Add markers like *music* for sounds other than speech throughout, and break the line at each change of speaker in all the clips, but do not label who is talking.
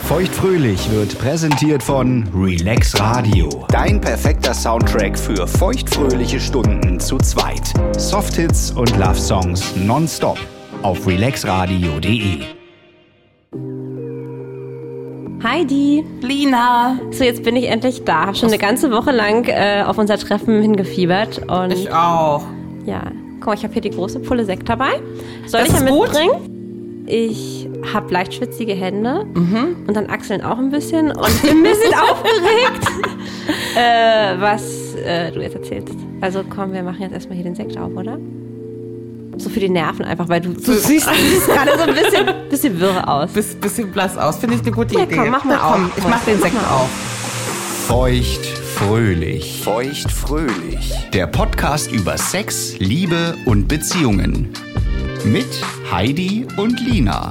Feuchtfröhlich wird präsentiert von Relax Radio. Dein perfekter Soundtrack für feuchtfröhliche Stunden zu zweit. Softhits und Love Songs nonstop auf relaxradio.de.
Heidi.
Lina.
So, jetzt bin ich endlich da. Schon eine ganze Woche lang äh, auf unser Treffen hingefiebert. Und
Ich auch.
ja, guck mal, ich habe hier die große Pulle Sekt dabei. Soll
Das
ich ja
ist gut.
mitbringen? Ich habe leicht schwitzige Hände
Mhm.
und dann Achseln auch ein bisschen und bin ein
*laughs*
bisschen aufgeregt, äh, was äh, du jetzt erzählst. Also komm, wir machen jetzt erstmal hier den Sekt auf, oder? So für die Nerven einfach, weil du, du
*laughs*
siehst, du siehst gerade so ein bisschen, bisschen wirr aus.
Bis, bisschen blass aus. Finde ich eine gute
Ja,
Idee.
komm, mach mal
Na, komm,
auf.
Ich mach den Sekt auf.
Feuchtfröhlich. Feuchtfröhlich. Der Podcast über Sex, Liebe und Beziehungen. Mit Heidi und Lina.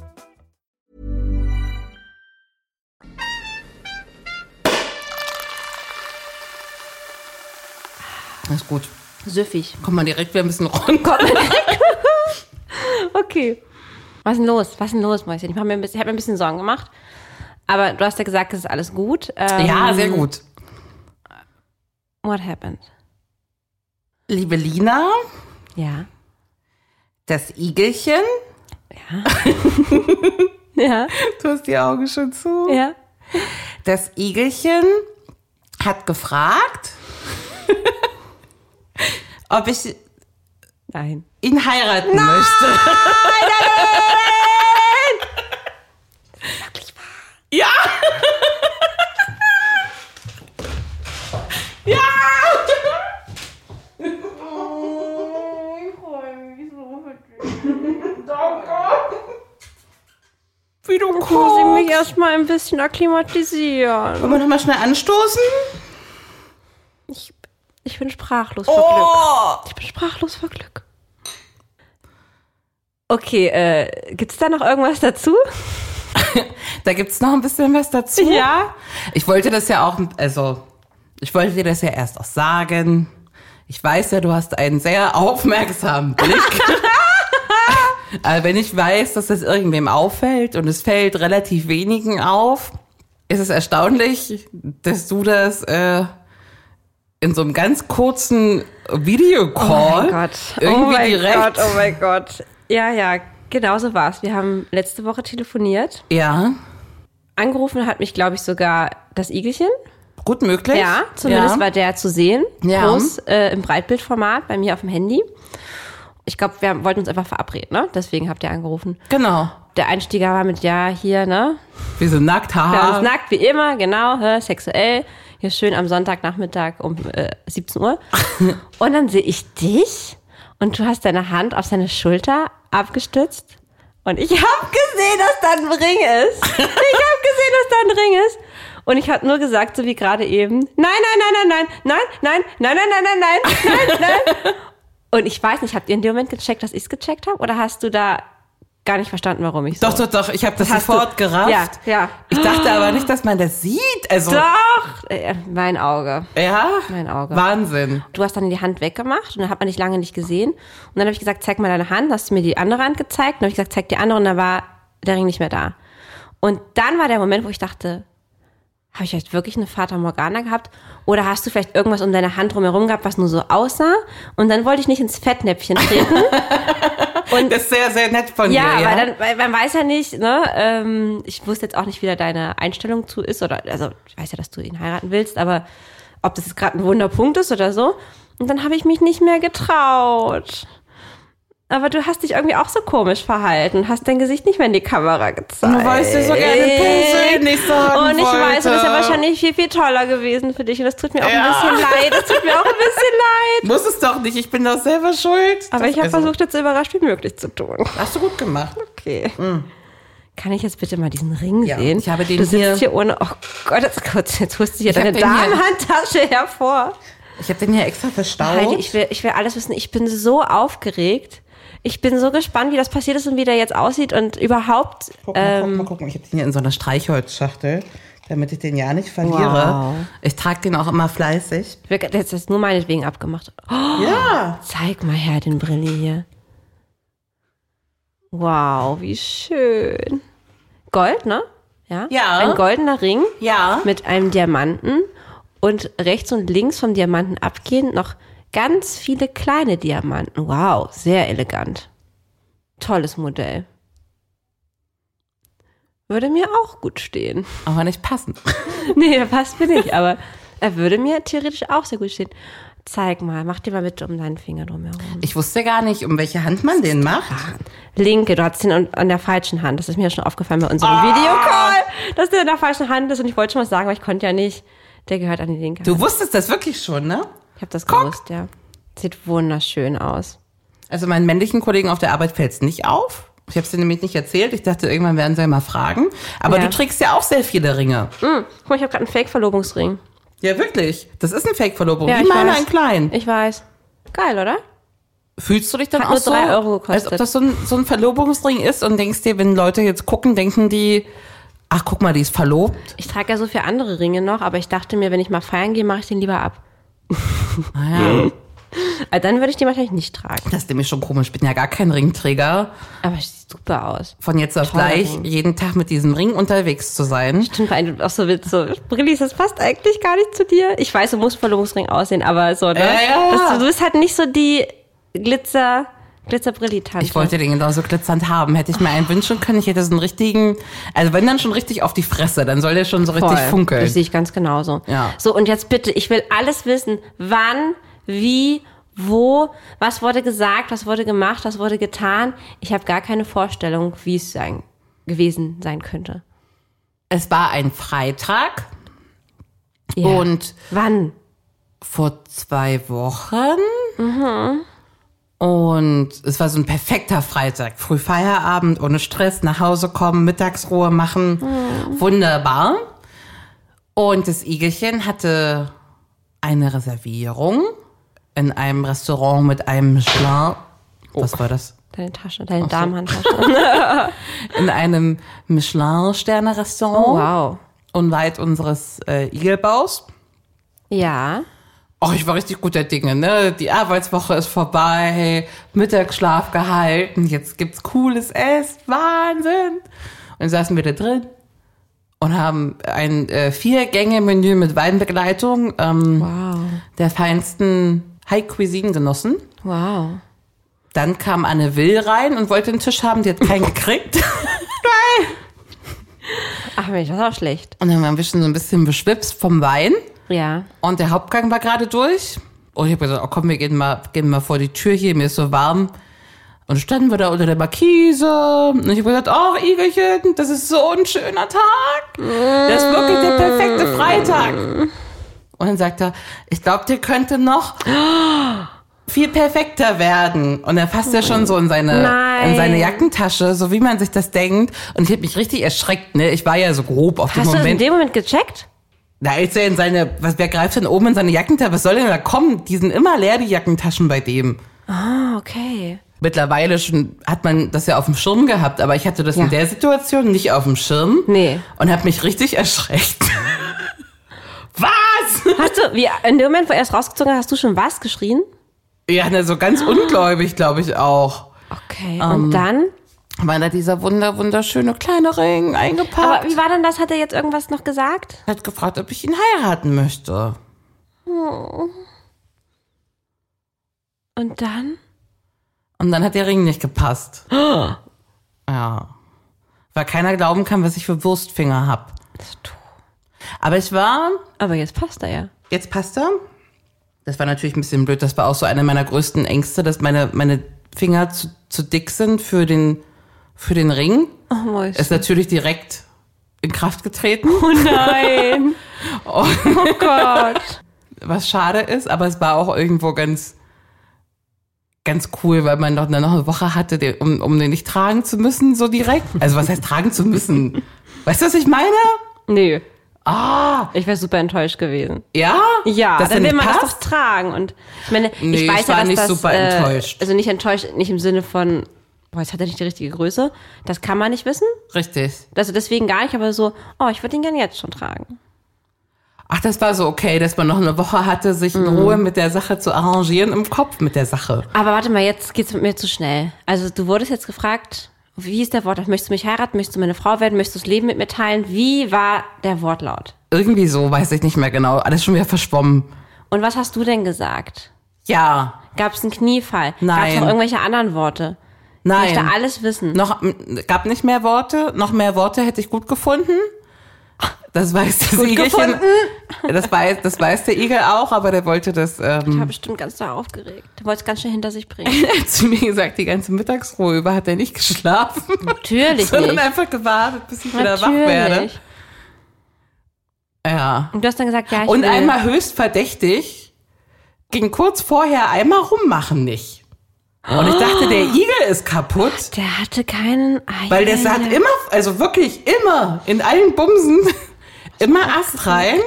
Alles gut.
Süffig.
Komm mal direkt wieder ein bisschen runter. *laughs*
Okay. Was ist denn los? Was ist denn los, Mäuschen? Ich habe mir, ein bisschen- ich hab mir ein bisschen Sorgen gemacht. Aber du hast ja gesagt, es ist alles gut. Ähm,
Ja, sehr gut.
What happened?
Liebe Lina,
Ja.
das Igelchen.
Ja.
Du hast die Augen schon zu.
Ja.
Das Igelchen hat *laughs* gefragt, ob ich
Nein.
ihn heiraten möchte. Nein, nein, *laughs* nein, nein. Wie du
Muss ich
kommst.
mich erstmal ein bisschen akklimatisieren.
Wollen wir nochmal schnell anstoßen?
Ich, ich bin sprachlos vor
Oh.
Glück. Ich bin sprachlos vor Glück. Okay, äh, gibt's da noch irgendwas dazu?
Da gibt's noch ein bisschen was dazu.
Ja.
Ich wollte das ja auch, also ich wollte dir das ja erst auch sagen. Ich weiß ja, du hast einen sehr
*laughs*
aufmerksamen Blick. Aber wenn ich weiß, dass das irgendwem auffällt und es fällt relativ wenigen auf, ist es erstaunlich, dass du das äh, in so einem ganz kurzen
Oh
Videocall Oh irgendwie direkt.
mein Gott. Ja, ja, genau so war's. Wir haben letzte Woche telefoniert.
ja,
Angerufen hat mich, glaube ich, sogar das Igelchen.
gut möglich.
Ja, zumindest
Ja.
war der zu sehen.
Ja.
Groß äh, im Breitbildformat bei mir auf dem Handy. Ich glaube, wir wollten uns einfach verabreden, ne? Deswegen habt ihr angerufen.
Genau.
Der Einstieger war mit, ja, hier, ne?
Wir sind nackt, haha.
Wir haben uns nackt, wie immer, genau, hä, sexuell. Hier schön am Sonntagnachmittag um äh, 17 *laughs* Uhr. Und dann sehe ich dich und du hast deine Hand auf seine Schulter abgestützt. Und ich habe gesehen, dass da ein Ring *laughs* ist. Ich habe gesehen, dass da ein Ring ist. Und ich habe nur gesagt, so wie gerade eben, nein, nein, nein, nein, nein, nein, nein, nein, nein, nein, *laughs* nein, nein, nein, nein. Und ich weiß nicht, habt ihr in dem Moment gecheckt, dass ich es gecheckt habe? Oder hast du da gar nicht verstanden, warum ich so.
Doch, doch, doch, ich habe das,
Hast du-
sofort gerafft.
Ja, ja.
Ich dachte aber nicht, dass man das sieht. Also,
Doch! Äh, Mein Auge.
ja,
Mein Auge.
Wahnsinn.
Du hast dann die Hand weggemacht und dann hat man dich lange nicht gesehen. Und dann habe ich gesagt, zeig mal deine Hand. Hast du mir die andere Hand gezeigt? Und dann habe ich gesagt, zeig die andere. Und da war der Ring nicht mehr da. Und dann war der Moment, wo ich dachte, habe ich vielleicht wirklich eine Fata Morgana gehabt? Oder hast du vielleicht irgendwas um deine Hand drumherum gehabt, was nur so aussah? Und dann wollte ich nicht ins Fettnäpfchen treten. und
Das ist sehr, sehr nett von
ja,
dir.
weil dann, weil man weiß ja nicht, ne, ähm, ich wusste jetzt auch nicht, wie da deine Einstellung zu ist oder, also ich weiß ja, dass du ihn heiraten willst, aber ob das jetzt gerade ein Wunderpunkt ist oder so. Und dann habe ich mich nicht mehr getraut. Aber du hast dich irgendwie auch so komisch verhalten, hast dein Gesicht nicht mehr in die Kamera gezeigt.
Du wolltest dir so gerne persönlich nicht sagen
Und ich weiß, das ist ja
wollte.
wahrscheinlich viel, viel toller gewesen für dich. Und das tut mir auch
Ja.
ein bisschen leid. Das tut mir auch ein
*laughs*
bisschen leid.
Muss es doch nicht, ich bin doch selber schuld.
Aber
Das-
ich habe
also,
versucht, das so überrascht wie möglich zu tun.
Hast du gut gemacht.
Okay. Kann ich jetzt bitte mal diesen Ring
Mm. Ja,
sehen?
ich habe den
du sitzt
hier-
hier, ohne. Oh Gott, jetzt kurz, jetzt holst du hier
Ich
deine
habe den hier-
Damenhandtasche hervor.
Ich habe den hier extra verstaut.
Heidi, ich will, ich will alles wissen. Ich bin so aufgeregt. Ich bin so gespannt, wie das passiert ist und wie der jetzt aussieht und überhaupt.
Guck mal, guck mal, guck mal. Ich habe den hier in so einer Streichholzschachtel, damit ich den ja nicht verliere.
Wow.
Ich trage den auch immer fleißig.
Wir- Jetzt ist nur meinetwegen abgemacht. Oh,
Ja.
zeig mal her den Brilli hier. Wow, wie schön. Gold, ne? Ja.
Ja.
Ein goldener Ring.
Ja.
mit einem Diamanten und rechts und links vom Diamanten abgehend noch ganz viele kleine Diamanten. Wow, sehr elegant. Tolles Modell. Würde mir auch gut stehen. *laughs*
Aber nicht passend.
Nee, der passt mir nicht, aber er würde mir theoretisch auch sehr gut stehen. Zeig mal, mach dir mal bitte um deinen Finger drumherum.
Ich wusste gar nicht, um welche Hand man den macht.
Linke, du hattest den an- an der falschen Hand. Das ist mir ja schon aufgefallen bei unserem Videocall, dass der an der falschen Hand ist. Und ich wollte schon was sagen, aber ich konnte ja nicht. Der gehört an die linke Hand.
Du wusstest das wirklich schon, ne?
Ich habe das
Guck.
gewusst, ja. Sieht wunderschön aus.
Also meinen männlichen Kollegen auf der Arbeit fällt es nicht auf. Ich habe es dir nämlich nicht erzählt. Ich dachte, irgendwann werden sie mal fragen. Aber
Ja.
du trägst ja auch sehr viele Ringe.
Guck mal, ich habe gerade einen Fake-Verlobungsring.
Ja, wirklich. Das ist ein Fake-Verlobung.
Ja,
Wie
ich
meine
weiß.
ein klein.
Ich weiß. Geil, oder?
Fühlst du dich dann
Hat
auch
nur
so,
drei Euro gekostet.
als ob das so ein, so ein Verlobungsring ist und denkst dir, wenn Leute jetzt gucken, denken die, ach guck mal, die ist verlobt.
Ich trage ja so viele andere Ringe noch, aber ich dachte mir, wenn ich mal feiern gehe, mache ich den lieber ab.
Naja,
Äh, Dann würde ich den wahrscheinlich nicht tragen.
Ah das ist nämlich schon komisch. Ich bin ja gar kein Ringträger.
Aber es sieht super aus.
Von jetzt auf
Toller
gleich
Ring.
jeden Tag mit diesem Ring unterwegs zu sein.
Stimmt, vor allem auch so mit so Brillis, das passt eigentlich gar nicht zu dir. Ich weiß, du musst Verlobungsring aussehen, aber so, ne?
Ja, ja, ja.
Das, du bist halt nicht so die Glitzer, Glitzer-Brilli-Tante.
Ich wollte den genauso glitzernd haben. Hätte ich mir einen wünschen können, ich hätte so einen richtigen, also wenn dann schon richtig auf die Fresse, dann soll der schon so richtig
Voll. Das sehe
funkeln.
ich ganz genauso.
Ja.
So, und jetzt bitte, ich will alles wissen. Wann, wie, wo, was wurde gesagt, was wurde gemacht, was wurde getan. Ich habe gar keine Vorstellung, wie es sein, gewesen sein könnte.
Es war ein Freitag
Ja.
und
Wann?
vor zwei Wochen.
Mhm.
Und es war so ein perfekter Freitag. Früh Feierabend, ohne Stress, nach Hause kommen, Mittagsruhe machen.
Mhm.
Wunderbar. Und das Igelchen hatte eine Reservierung in einem Restaurant mit einem Michelin.
Oh.
Was war das?
Deine Tasche, deine
*laughs*
Damenhandtasche.
In einem Michelin-Sterne-Restaurant.
Oh, Wow.
Unweit unseres äh, Igelbaus.
Ja.
Oh, ich war richtig guter Dinge, ne? Die Arbeitswoche ist vorbei, Mittagsschlaf gehalten, jetzt gibt's cooles Essen, Wahnsinn. Und dann saßen wir da drin und haben ein äh, Vier-Gänge-Menü mit Weinbegleitung ähm,
Wow.
der feinsten High Cuisine genossen.
Wow.
Dann kam Anne Will rein und wollte einen Tisch haben, die hat keinen gekriegt. *laughs*
Ach Mensch, das ist auch schlecht.
Und dann waren wir schon so ein bisschen beschwipst vom Wein.
Ja.
Und der Hauptgang war gerade durch. Und ich habe gesagt, oh komm, wir gehen mal, gehen mal vor die Tür hier, mir ist so warm. Und standen wir da unter der Markise. Und ich habe gesagt, oh Igelchen, das ist so ein schöner Tag. Das ist wirklich der perfekte Freitag. Und dann sagt er, ich glaube, der könnte noch viel perfekter werden. Und er fasst ja schon so in seine,
Nein.
in seine Jackentasche, so wie man sich das denkt. Und ich habe mich richtig erschreckt, ne? Ich war ja so grob auf den
Hast du das in
Moment.
dem Moment gecheckt?
Na, als er in seine, was, wer greift denn oben in seine Jackentasche? Was soll denn da kommen? Die sind immer leer, die Jackentaschen bei dem.
Ah, okay.
mittlerweile schon hat man das ja auf dem Schirm gehabt, aber ich hatte das
Ja.
in der Situation nicht auf dem Schirm.
Nee.
Und habe mich richtig erschreckt. *laughs* was?
Hast du, wie, in dem Moment, wo er es rausgezogen hat, hast du schon was geschrien?
Ja, ne, so ganz ungläubig, glaube ich auch.
Okay.
Ähm,
und dann?
War da dieser wunder wunderschöne kleine Ring eingepackt.
Aber wie war denn das? Hat er jetzt irgendwas noch gesagt?
hat gefragt, ob ich ihn heiraten möchte.
Und dann?
Und dann hat der Ring
*gasps*
nicht gepasst. Ja. Weil keiner glauben kann, was ich für Wurstfinger hab. Aber ich war,
Aber jetzt passt er ja.
jetzt passt er. Das war natürlich ein bisschen blöd. Das war auch so eine meiner größten Ängste, dass meine, meine Finger zu, zu dick sind für den, für den Ring.
Oh, Mäuschen.
Ist natürlich direkt in Kraft getreten, *laughs*
Oh *laughs* nein. oh. Gott.
was schade ist, aber es war auch irgendwo ganz, ganz cool, weil man doch dann noch eine Woche hatte, den- um, um den nicht tragen zu müssen, so direkt. Also was heißt tragen zu müssen? Weißt du, was ich meine?
Nee. Ah. Ich wäre super enttäuscht gewesen.
Ja?
Ja,
Dass
dann
der
will man
nicht
das
passt?
doch tragen. Und ich meine,
Nee,
ich weiß
ich
ja,
war
dass
nicht
das,
super
äh,
enttäuscht.
Also nicht enttäuscht, nicht im Sinne von, boah, jetzt hat er nicht die richtige Größe. Das kann man nicht wissen.
Richtig.
Also deswegen gar nicht, aber so, oh, ich würde ihn gerne jetzt schon tragen.
Ach, das war so okay, dass man noch eine Woche hatte, sich
Mhm.
in Ruhe mit der Sache zu arrangieren, im Kopf mit der Sache.
Aber warte mal, jetzt geht's mit mir zu schnell. Also du wurdest jetzt gefragt, wie ist der Wortlaut? Möchtest du mich heiraten? Möchtest du meine Frau werden? Möchtest du das Leben mit mir teilen? Wie war der Wortlaut?
Irgendwie so, weiß ich nicht mehr genau. Alles schon wieder verschwommen.
Und was hast du denn gesagt?
Ja,
Gab's einen Kniefall?
Nein.
Gab's noch irgendwelche anderen Worte? Ich möchte
nein. Mhm.
alles wissen.
Noch, m, gab nicht mehr Worte. Noch mehr Worte hätte ich gut gefunden. Das weiß das
Gut
Igelchen.
gefunden.
Das weiß, das weiß der Igel auch, aber der wollte das,
Ich
ähm, *laughs*
war bestimmt ganz da aufgeregt. Du wolltest ganz schnell hinter sich bringen.
zu mir gesagt, die ganze Mittagsruhe über hat er nicht geschlafen,
Natürlich
sondern
nicht.
einfach gewartet, bis ich wieder wach werde.
Natürlich.
Ja.
Und du hast dann gesagt, ja, ich
Und
will.
einmal höchst verdächtig ging kurz vorher einmal rummachen nicht. Und ich dachte, der
Ah.
Igel ist kaputt,
Der hatte keinen Ei.
weil der hat immer, also wirklich immer, in allen
*laughs*
Bumsen, immer Ast rein.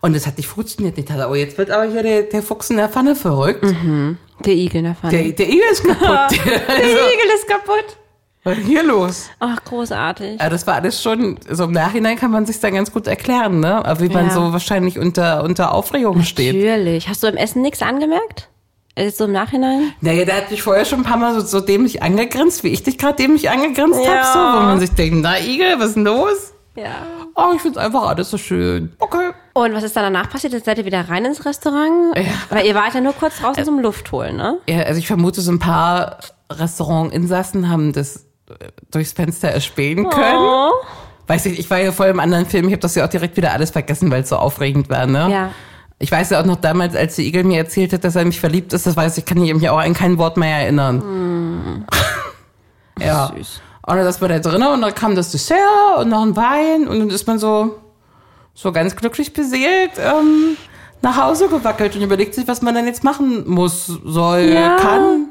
Und das hat nicht funktioniert. Ich dachte, oh, jetzt wird aber hier der, der Fuchs in der Pfanne verrückt.
Der Igel ne, in der Pfanne.
Der, der Igel ist kaputt. *laughs* also,
Mhm. *laughs* der Igel ist kaputt.
was ist hier los?
Ach, großartig.
Ja, das war alles schon, so im Nachhinein kann man sich dann ganz gut erklären, ne? Aber Wie man
Ja.
so wahrscheinlich unter, unter Aufregung steht.
Natürlich. Hast du im Essen nichts angemerkt? Jetzt so im Nachhinein?
Naja, der hat mich vorher schon ein paar Mal so, so dämlich angegrinst, wie ich dich gerade dämlich angegrinst hab,
Ja.
so, wo man sich denkt, na Igel, was ist denn los?
Ja.
Oh, ich find's einfach alles so schön. Okay.
Und was ist dann danach passiert? Jetzt seid ihr wieder rein ins Restaurant? Ja. Weil ihr wart ja nur kurz
Äh.
draußen zum Luft holen, ne?
Ja, also ich vermute, so ein paar Restaurantinsassen haben das äh, durchs Fenster erspähen können.
Oh.
Weiß ich, ich war ja voll im anderen Film, ich habe das ja auch direkt wieder alles vergessen, weil es so aufregend war, ne?
Ja.
Ich weiß ja auch noch damals, als der Igel mir erzählt hat, dass er mich verliebt ist, das weiß ich, kann ich mich auch an kein Wort mehr erinnern.
Hm.
*laughs* ja. Süß. Und das war da drinnen und dann kam das Dessert und noch ein Wein und dann ist man so, so ganz glücklich beseelt ähm, nach Hause gewackelt und überlegt sich, was man dann jetzt machen muss, soll,
Ja.
kann.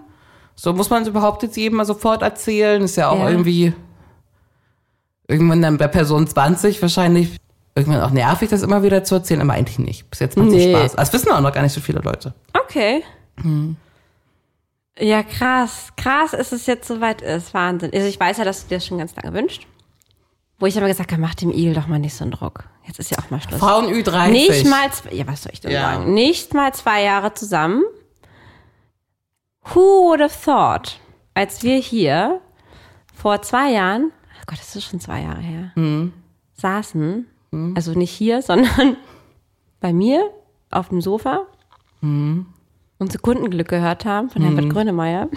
So muss man es überhaupt jetzt jedem mal sofort erzählen. Ist ja auch
Ja.
irgendwie irgendwann dann bei Person 20 wahrscheinlich irgendwann auch nervig, das immer wieder zu erzählen, aber eigentlich nicht. Bis jetzt macht es
Nee.
Spaß. Das wissen auch noch gar nicht so viele Leute.
Okay.
Hm.
Ja, krass. Krass ist es jetzt soweit ist. Wahnsinn. Also ich weiß ja, dass du dir das schon ganz lange wünscht. Wo ich aber gesagt habe, mach dem Igel doch mal nicht so einen Druck. Jetzt ist ja auch mal Schluss.
Frauen Ü30.
Nicht mal zwei, ja, was soll ich denn
Ja.
sagen? Nicht mal zwei Jahre zusammen. Who would have thought, als wir hier vor zwei Jahren, oh Gott, das ist schon zwei Jahre her,
Mhm.
saßen, also nicht hier, *laughs* sondern bei mir auf dem Sofa
Mhm.
und Sekundenglück gehört haben von Herbert Grönemeyer.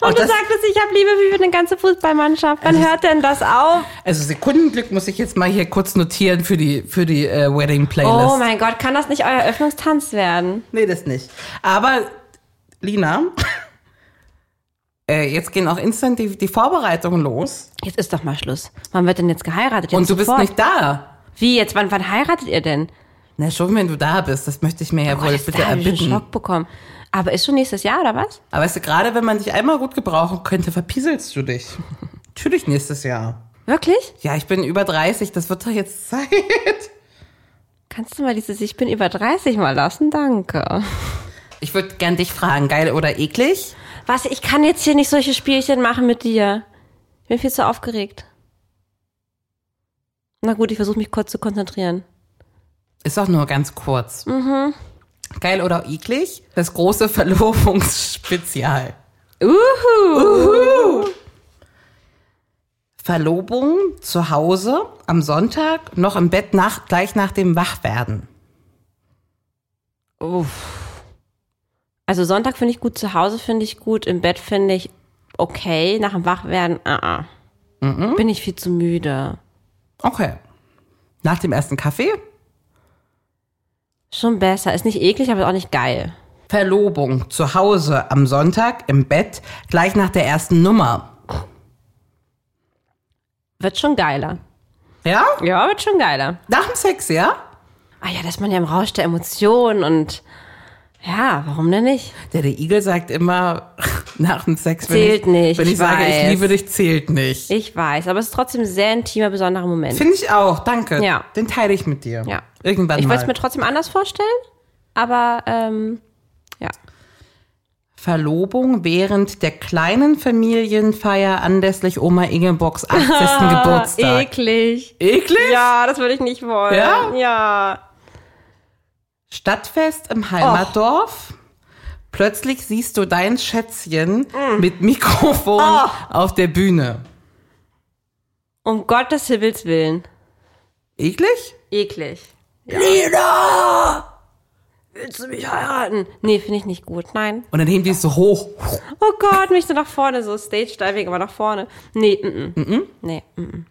Oh,
Und du
Mhm. das-
sagtest, ich habe Liebe für eine ganze Fußballmannschaft. Wann hört denn das auf?
Also Sekundenglück muss ich jetzt mal hier kurz notieren für die, für die äh, Wedding-Playlist.
Oh mein Gott, kann das nicht euer Eröffnungstanz werden?
Nee, das nicht. Aber, Lina, *laughs* äh, jetzt gehen auch instant die, die Vorbereitungen los.
Jetzt ist doch mal Schluss. Wann wird denn jetzt geheiratet? Jetzt
Und du bist
sofort.
nicht da.
Wie jetzt? Wann, wann heiratet ihr denn?
Na, schon, wenn du da bist, das möchte Oh, ich mir ja wohl
jetzt
bitte
da hab ich einen
erbitten.
Schock bekommen. Aber ist schon nächstes Jahr oder was?
Aber weißt du, gerade wenn man dich einmal gut gebrauchen könnte, verpieselst du *laughs* dich. Natürlich nächstes Jahr.
Wirklich?
Ja, ich bin über 30, das wird doch jetzt *laughs* Zeit.
Kannst du mal dieses Ich bin über 30 mal lassen? Danke.
Ich würde gern dich fragen, geil oder eklig?
Was, ich kann jetzt hier nicht solche Spielchen machen mit dir. Ich bin viel zu aufgeregt. Na gut, ich versuche mich kurz zu konzentrieren.
Ist auch nur ganz kurz.
Mhm.
Geil oder eklig? Das große Verlobungsspezial. Uhu. Verlobung zu Hause am Sonntag, noch im Bett nach, gleich nach dem Wachwerden.
Also Sonntag finde ich gut, zu Hause finde ich gut, im Bett finde ich okay, nach dem Wachwerden, ah, ah.
Mhm.
Bin ich viel zu müde.
Okay. Nach dem ersten Kaffee?
Schon besser. Ist nicht eklig, aber auch nicht geil.
Verlobung zu Hause am Sonntag im Bett gleich nach der ersten Nummer.
Wird schon geiler.
Ja?
Ja, wird schon geiler.
Nach dem Sex, ja?
Ah ja, dass man ja im Rausch der Emotionen und ja, warum denn nicht?
Der, der Igel sagt immer, *laughs* nach dem Sex wenn
Zählt
ich,
nicht,
Wenn ich,
ich
sage, ich
weiß.
liebe dich, zählt nicht.
Ich weiß, aber es ist trotzdem ein sehr intimer, besonderer Moment.
Finde ich auch, danke.
Ja.
Den teile ich mit dir.
ja.
Irgendwann
Ich
mal.
wollte es mir trotzdem anders vorstellen, aber ähm, ja.
Verlobung während der kleinen Familienfeier anlässlich Oma Ingeborgs 18.
*laughs*
Geburtstag.
Eklig.
Eklig?
Ja, das würde ich nicht wollen.
Ja?
Ja.
Stadtfest im Heimatdorf.
Oh.
Plötzlich siehst du dein Schätzchen
Mm.
mit Mikrofon
Oh.
auf der Bühne.
Um Gottes Himmels Willen.
Eklig?
Eklig. Lina! Willst du mich heiraten? Nee, finde ich nicht gut. Nein.
Und dann heben die es so hoch.
Oh Gott, mich so nach vorne, so Stage-Diving, aber nach vorne. Nee, mm -mm. Nee, mm -mm.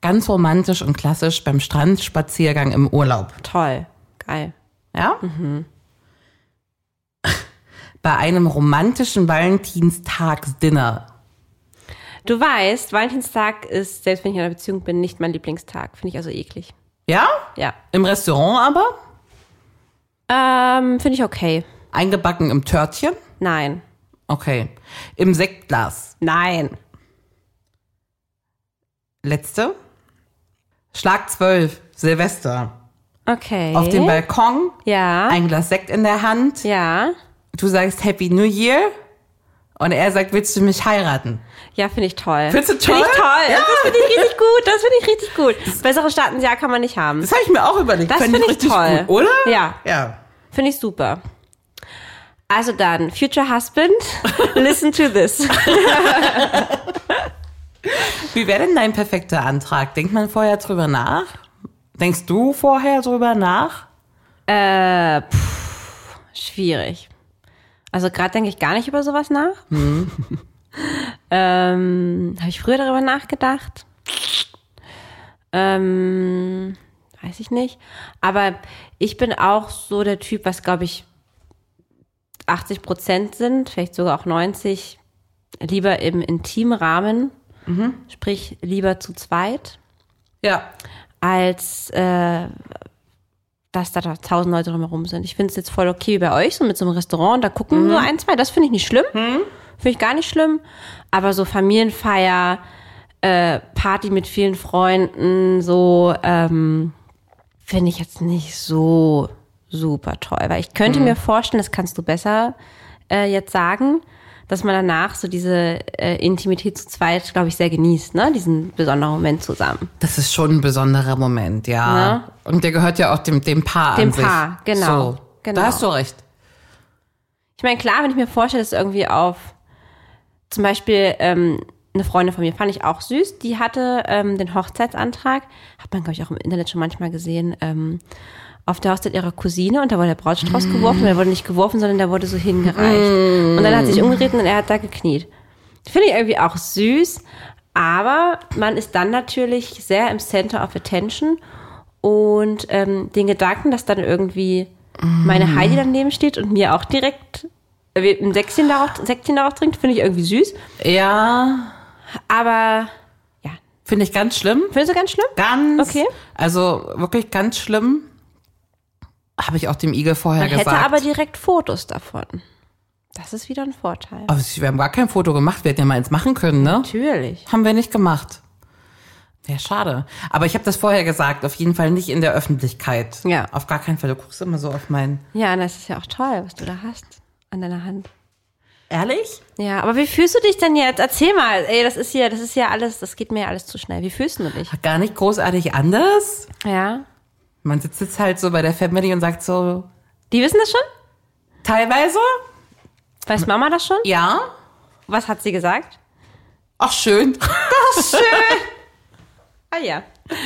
Ganz romantisch und klassisch beim Strandspaziergang im Urlaub.
toll. Geil.
Ja?
Mhm.
*laughs* Bei einem romantischen Valentinstagsdinner.
Du weißt, Valentinstag ist, selbst wenn ich in einer Beziehung bin, nicht mein Lieblingstag. Finde ich also eklig.
Ja?
Ja.
Im Restaurant aber?
Ähm, finde ich okay.
Eingebacken im Törtchen?
Nein.
Okay. Im Sektglas.
Nein.
Letzte. Schlag 12. Silvester.
Okay.
Auf dem Balkon.
Ja.
Ein Glas Sekt in der Hand.
ja.
Du sagst Happy New Year. Und er sagt, willst du mich heiraten?
Ja, finde ich toll.
Findest du
Finde ich
toll?
toll.
Ja.
Das finde ich richtig gut. Das finde ich richtig gut. Bessere Start ins Jahr kann man nicht haben.
Das habe ich mir auch überlegt.
Das
Fand
finde ich
richtig
toll.
Gut, oder?
Ja.
Ja.
Finde ich super. Also dann, Future
*laughs*
Husband, listen to this.
Wie wäre denn dein perfekter Antrag? Denkt man vorher drüber nach? Denkst du vorher drüber nach?
Schwierig. Also gerade denke ich gar nicht über sowas nach. *laughs* ähm, Habe ich früher darüber nachgedacht? Ähm, weiß ich nicht. Aber ich bin auch so der Typ, was glaube ich 80 Prozent sind, vielleicht sogar auch 90, lieber im intimen Rahmen, sprich lieber zu zweit,
Ja.
als äh, dass da doch tausend Leute drumherum sind. Ich finde es jetzt voll okay wie bei euch, so mit so einem Restaurant, da gucken nur ein, zwei, das finde ich nicht schlimm. Finde ich gar nicht schlimm. Aber so Familienfeier, äh, Party mit vielen Freunden, so ähm, finde ich jetzt nicht so super toll. Weil ich könnte mir vorstellen, das kannst du besser äh, jetzt sagen, dass man danach so diese äh, Intimität zu zweit, glaube ich, sehr genießt, ne? Diesen besonderen Moment zusammen.
Das ist schon ein besonderer Moment, ja.
Ja.
Und der gehört ja auch dem, dem Paar
Ne? Dem
an sich.
Paar, genau,
So.
genau.
Da hast du recht.
Ich meine, klar, wenn ich mir vorstelle, dass irgendwie auf zum Beispiel ähm, eine Freundin von mir, fand ich auch süß, die hatte ähm, den Hochzeitsantrag, hat man, glaube ich, auch im Internet schon manchmal gesehen, ähm, auf der Hochzeit ihrer Cousine und da wurde der Brautstrauß geworfen, und der wurde nicht geworfen, sondern der wurde so hingereicht. Und dann hat sie sich umgeriet und er hat da gekniet. Finde ich irgendwie auch süß, aber man ist dann natürlich sehr im Center of Attention und ähm, den Gedanken, dass dann irgendwie meine Heidi daneben steht und mir auch direkt äh, ein Säckchen darauf, Säckchen darauf trinkt, finde ich irgendwie süß.
Ja,
Aber
finde ich ganz schlimm.
findest du ganz schlimm?
Ganz.
Okay.
Also wirklich ganz schlimm. Habe ich auch dem Igel vorher
Man
gesagt.
hätte aber direkt Fotos davon. Das ist wieder ein Vorteil.
aber Oh, wir haben gar kein Foto gemacht. Wir hätten ja mal eins machen können, ne?
Natürlich.
Haben wir nicht gemacht. Ja, schade. Aber ich habe das vorher gesagt. Auf jeden Fall nicht in der Öffentlichkeit.
Ja.
Auf gar keinen Fall. Du guckst immer so auf meinen.
Ja, und das ist ja auch toll, was du da hast an deiner Hand.
Ehrlich?
Ja, aber wie fühlst du dich denn jetzt? Erzähl mal. Ey, das ist hier, das ist ja alles, das geht mir ja alles zu schnell. Wie fühlst du dich?
Gar nicht großartig anders.
Ja.
Man sitzt jetzt halt so bei der Family und sagt so,
Die wissen das schon?
teilweise?
Weiß Mama das schon?
Ja.
Was hat sie gesagt?
Ach, schön.
Ah ja.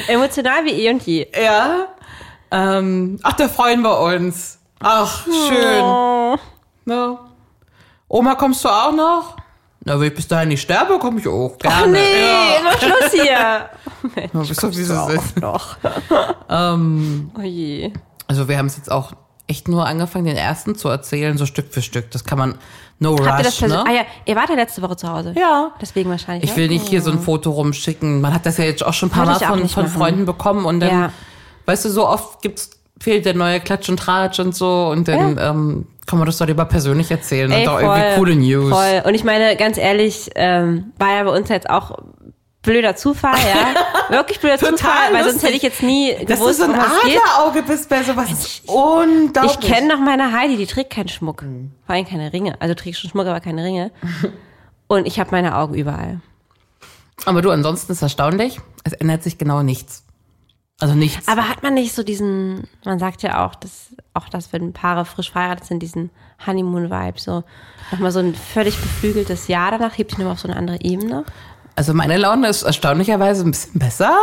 Emotional wie eh und je.
Ja. Ähm, ach, da freuen wir uns. Ach, schön.
Oh.
Na. Oma, kommst du auch noch? Na, wenn ich bis dahin nicht sterbe, komme ich auch gerne.
Ach nee, immer Schluss
*laughs*
hier.
Ja, wisst ihr, wie das ist.
Noch.
Ähm,
Oh je.
Also wir haben es jetzt auch echt nur angefangen, den ersten zu erzählen, so Stück für Stück. Das kann man, no
Habt ihr das
rush,
persönlich-
ne?
Ah ja, ihr wart ja letzte Woche zu Hause.
Ja.
Deswegen wahrscheinlich. ne?
Ich will nicht hier so ein Foto rumschicken. Man hat das ja jetzt auch schon ein paar
Würde
Mal
ich auch
von,
nicht
von
machen.
Freunden bekommen und dann,
Ja.
weißt du, so oft gibt's, fehlt der neue Klatsch und Tratsch und so und dann ähm, kann man das doch lieber persönlich erzählen
Ey,
und doch irgendwie
voll,
coole News.
Voll. Und ich meine, ganz ehrlich, ähm, war ja bei uns jetzt auch blöder Zufall,
*laughs*
ja. Wirklich blöder
Total
Zufall, weil sonst
lustig.
hätte ich jetzt nie
Dass du
gewusst,
so ein
worum es geht.
Adlerauge bist bei sowas, ist unglaublich.
Ich kenne noch meine Heidi, die trägt keinen Schmuck.
Mhm.
Vor allem keine Ringe. Also trägt schon Schmuck, aber keine Ringe. Und ich habe meine Augen überall.
Aber du, ansonsten ist erstaunlich, es ändert sich genau nichts. Also nichts.
Aber hat man nicht so diesen, man sagt ja auch, dass auch dass wenn Paare frisch verheiratet sind, diesen Honeymoon-Vibe, so nochmal so ein völlig beflügeltes Jahr danach, hebt sich nochmal auf so eine andere Ebene.
Also meine Laune ist erstaunlicherweise ein bisschen besser.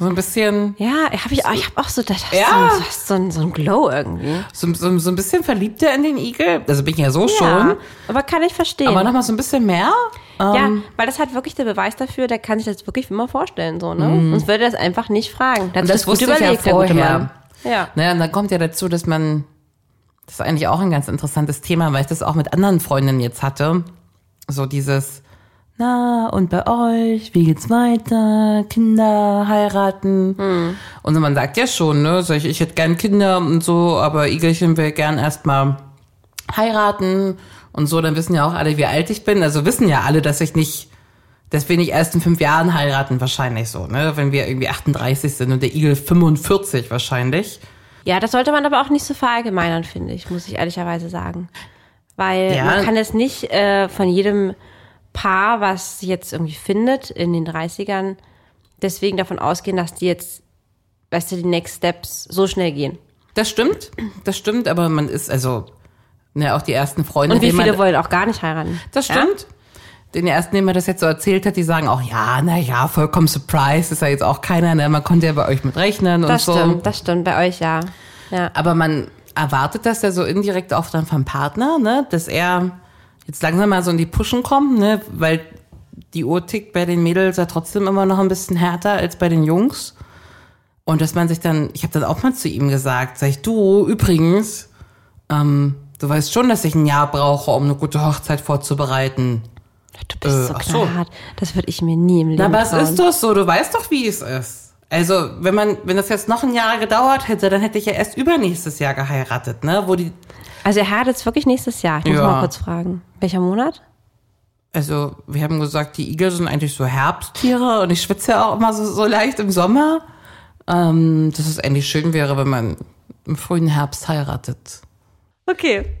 So ein bisschen,
Ja, hab ich, auch- ich habe auch so, das
Ja.
ja. so, das ist so, ein, so ein Glow irgendwie.
so, so, so ein bisschen verliebter in den Igel. Also bin ich ja
Ja,
so schon.
aber kann ich verstehen.
Aber ähm, nochmal so ein bisschen mehr.
ja, weil das hat wirklich der Beweis dafür, der kann sich das wirklich immer vorstellen, so, ne? Sonst würde er das einfach nicht fragen. Da hat
Mhm. Und
sich
das
gut
wusste ich ja
überlegt, der gute
vorher. Ne?
Mann. Ja.
Naja, und dann kommt ja dazu, dass man, das ist eigentlich auch ein ganz interessantes Thema, weil ich das auch mit anderen Freundinnen jetzt hatte. So dieses, na, und bei euch, wie geht's weiter? Kinder, heiraten. Und so, man sagt ja schon, ne, so ich, ich hätte gern Kinder und so, aber Igelchen will gern erstmal heiraten und so, dann wissen ja auch alle, wie alt ich bin. Also wissen ja alle, dass ich nicht, dass wir nicht erst in fünf Jahren heiraten, wahrscheinlich so, ne? Wenn wir irgendwie 38 sind und der Igel 45 wahrscheinlich.
Ja, das sollte man aber auch nicht so verallgemeinern, finde ich, muss ich ehrlicherweise sagen. Weil
Ja.
man kann es nicht äh, von jedem Paar, was sie jetzt irgendwie findet in den 30ern, deswegen davon ausgehen, dass die jetzt, weißt du, die Next Steps so schnell gehen.
Das stimmt, das stimmt, aber man ist, also, ne, auch die ersten Freunde,
Und wie
denen
viele
man,
wollen auch gar nicht heiraten.
das stimmt. Den ersten, dem man das jetzt so erzählt hat, die sagen auch, ja, na ja, vollkommen surprise, ist ja jetzt auch keiner, ne, man konnte ja bei euch mit rechnen und
Das
so.
stimmt, das stimmt, bei euch ja. Ja.
Aber man erwartet das ja so indirekt auch dann vom Partner, ne, dass er jetzt langsam mal so in die Pushen kommt, ne, weil die Uhr tickt bei den Mädels ja trotzdem immer noch ein bisschen härter als bei den Jungs. Und dass man sich dann, ich habe dann auch mal zu ihm gesagt, sag ich, du, übrigens, ähm, du weißt schon, dass ich ein Jahr brauche, um eine gute Hochzeit vorzubereiten.
Du bist
Äh,
so
ach so.
knallhart. Das würde ich mir nie im Leben
Na, aber es
trauen.
ist doch so, du weißt doch, wie es ist. Also, wenn man, wenn das jetzt noch ein Jahr gedauert hätte, dann hätte ich ja erst übernächstes Jahr geheiratet, ne, wo die
Also er heiratet jetzt wirklich nächstes Jahr. Ich muss
Ja.
mal kurz fragen. Welcher Monat?
Also, wir haben gesagt, die Igel sind eigentlich so Herbsttiere und ich schwitze ja auch immer so, so leicht im Sommer. Ähm, dass es eigentlich schön wäre, wenn man im frühen Herbst heiratet.
Okay.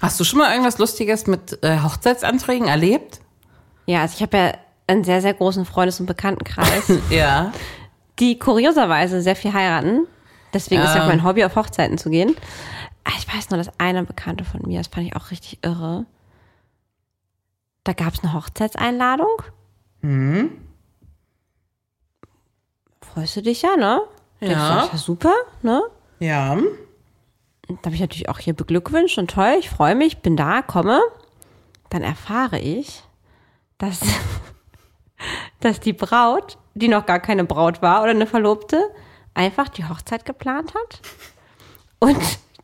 Hast du schon mal irgendwas Lustiges mit äh, Hochzeitsanträgen erlebt?
Ja, also ich habe ja einen sehr, sehr großen Freundes- und Bekanntenkreis,
Ja.
die kurioserweise sehr viel heiraten. Deswegen ist ja auch mein Hobby, auf Hochzeiten zu gehen. Ah, Ich weiß nur, dass einer Bekannte von mir, das fand ich auch richtig irre. Da gab es eine Hochzeitseinladung. Mhm. Freust du dich ja, ne? Denkst du,
Ja.
das ist ja super, ne?
Ja.
Und Da habe ich natürlich auch hier beglückwünscht und toll, ich freue mich, bin da, komme. Dann erfahre ich, dass, *laughs* dass die Braut, die noch gar keine Braut war oder eine Verlobte, einfach die Hochzeit geplant hat. Und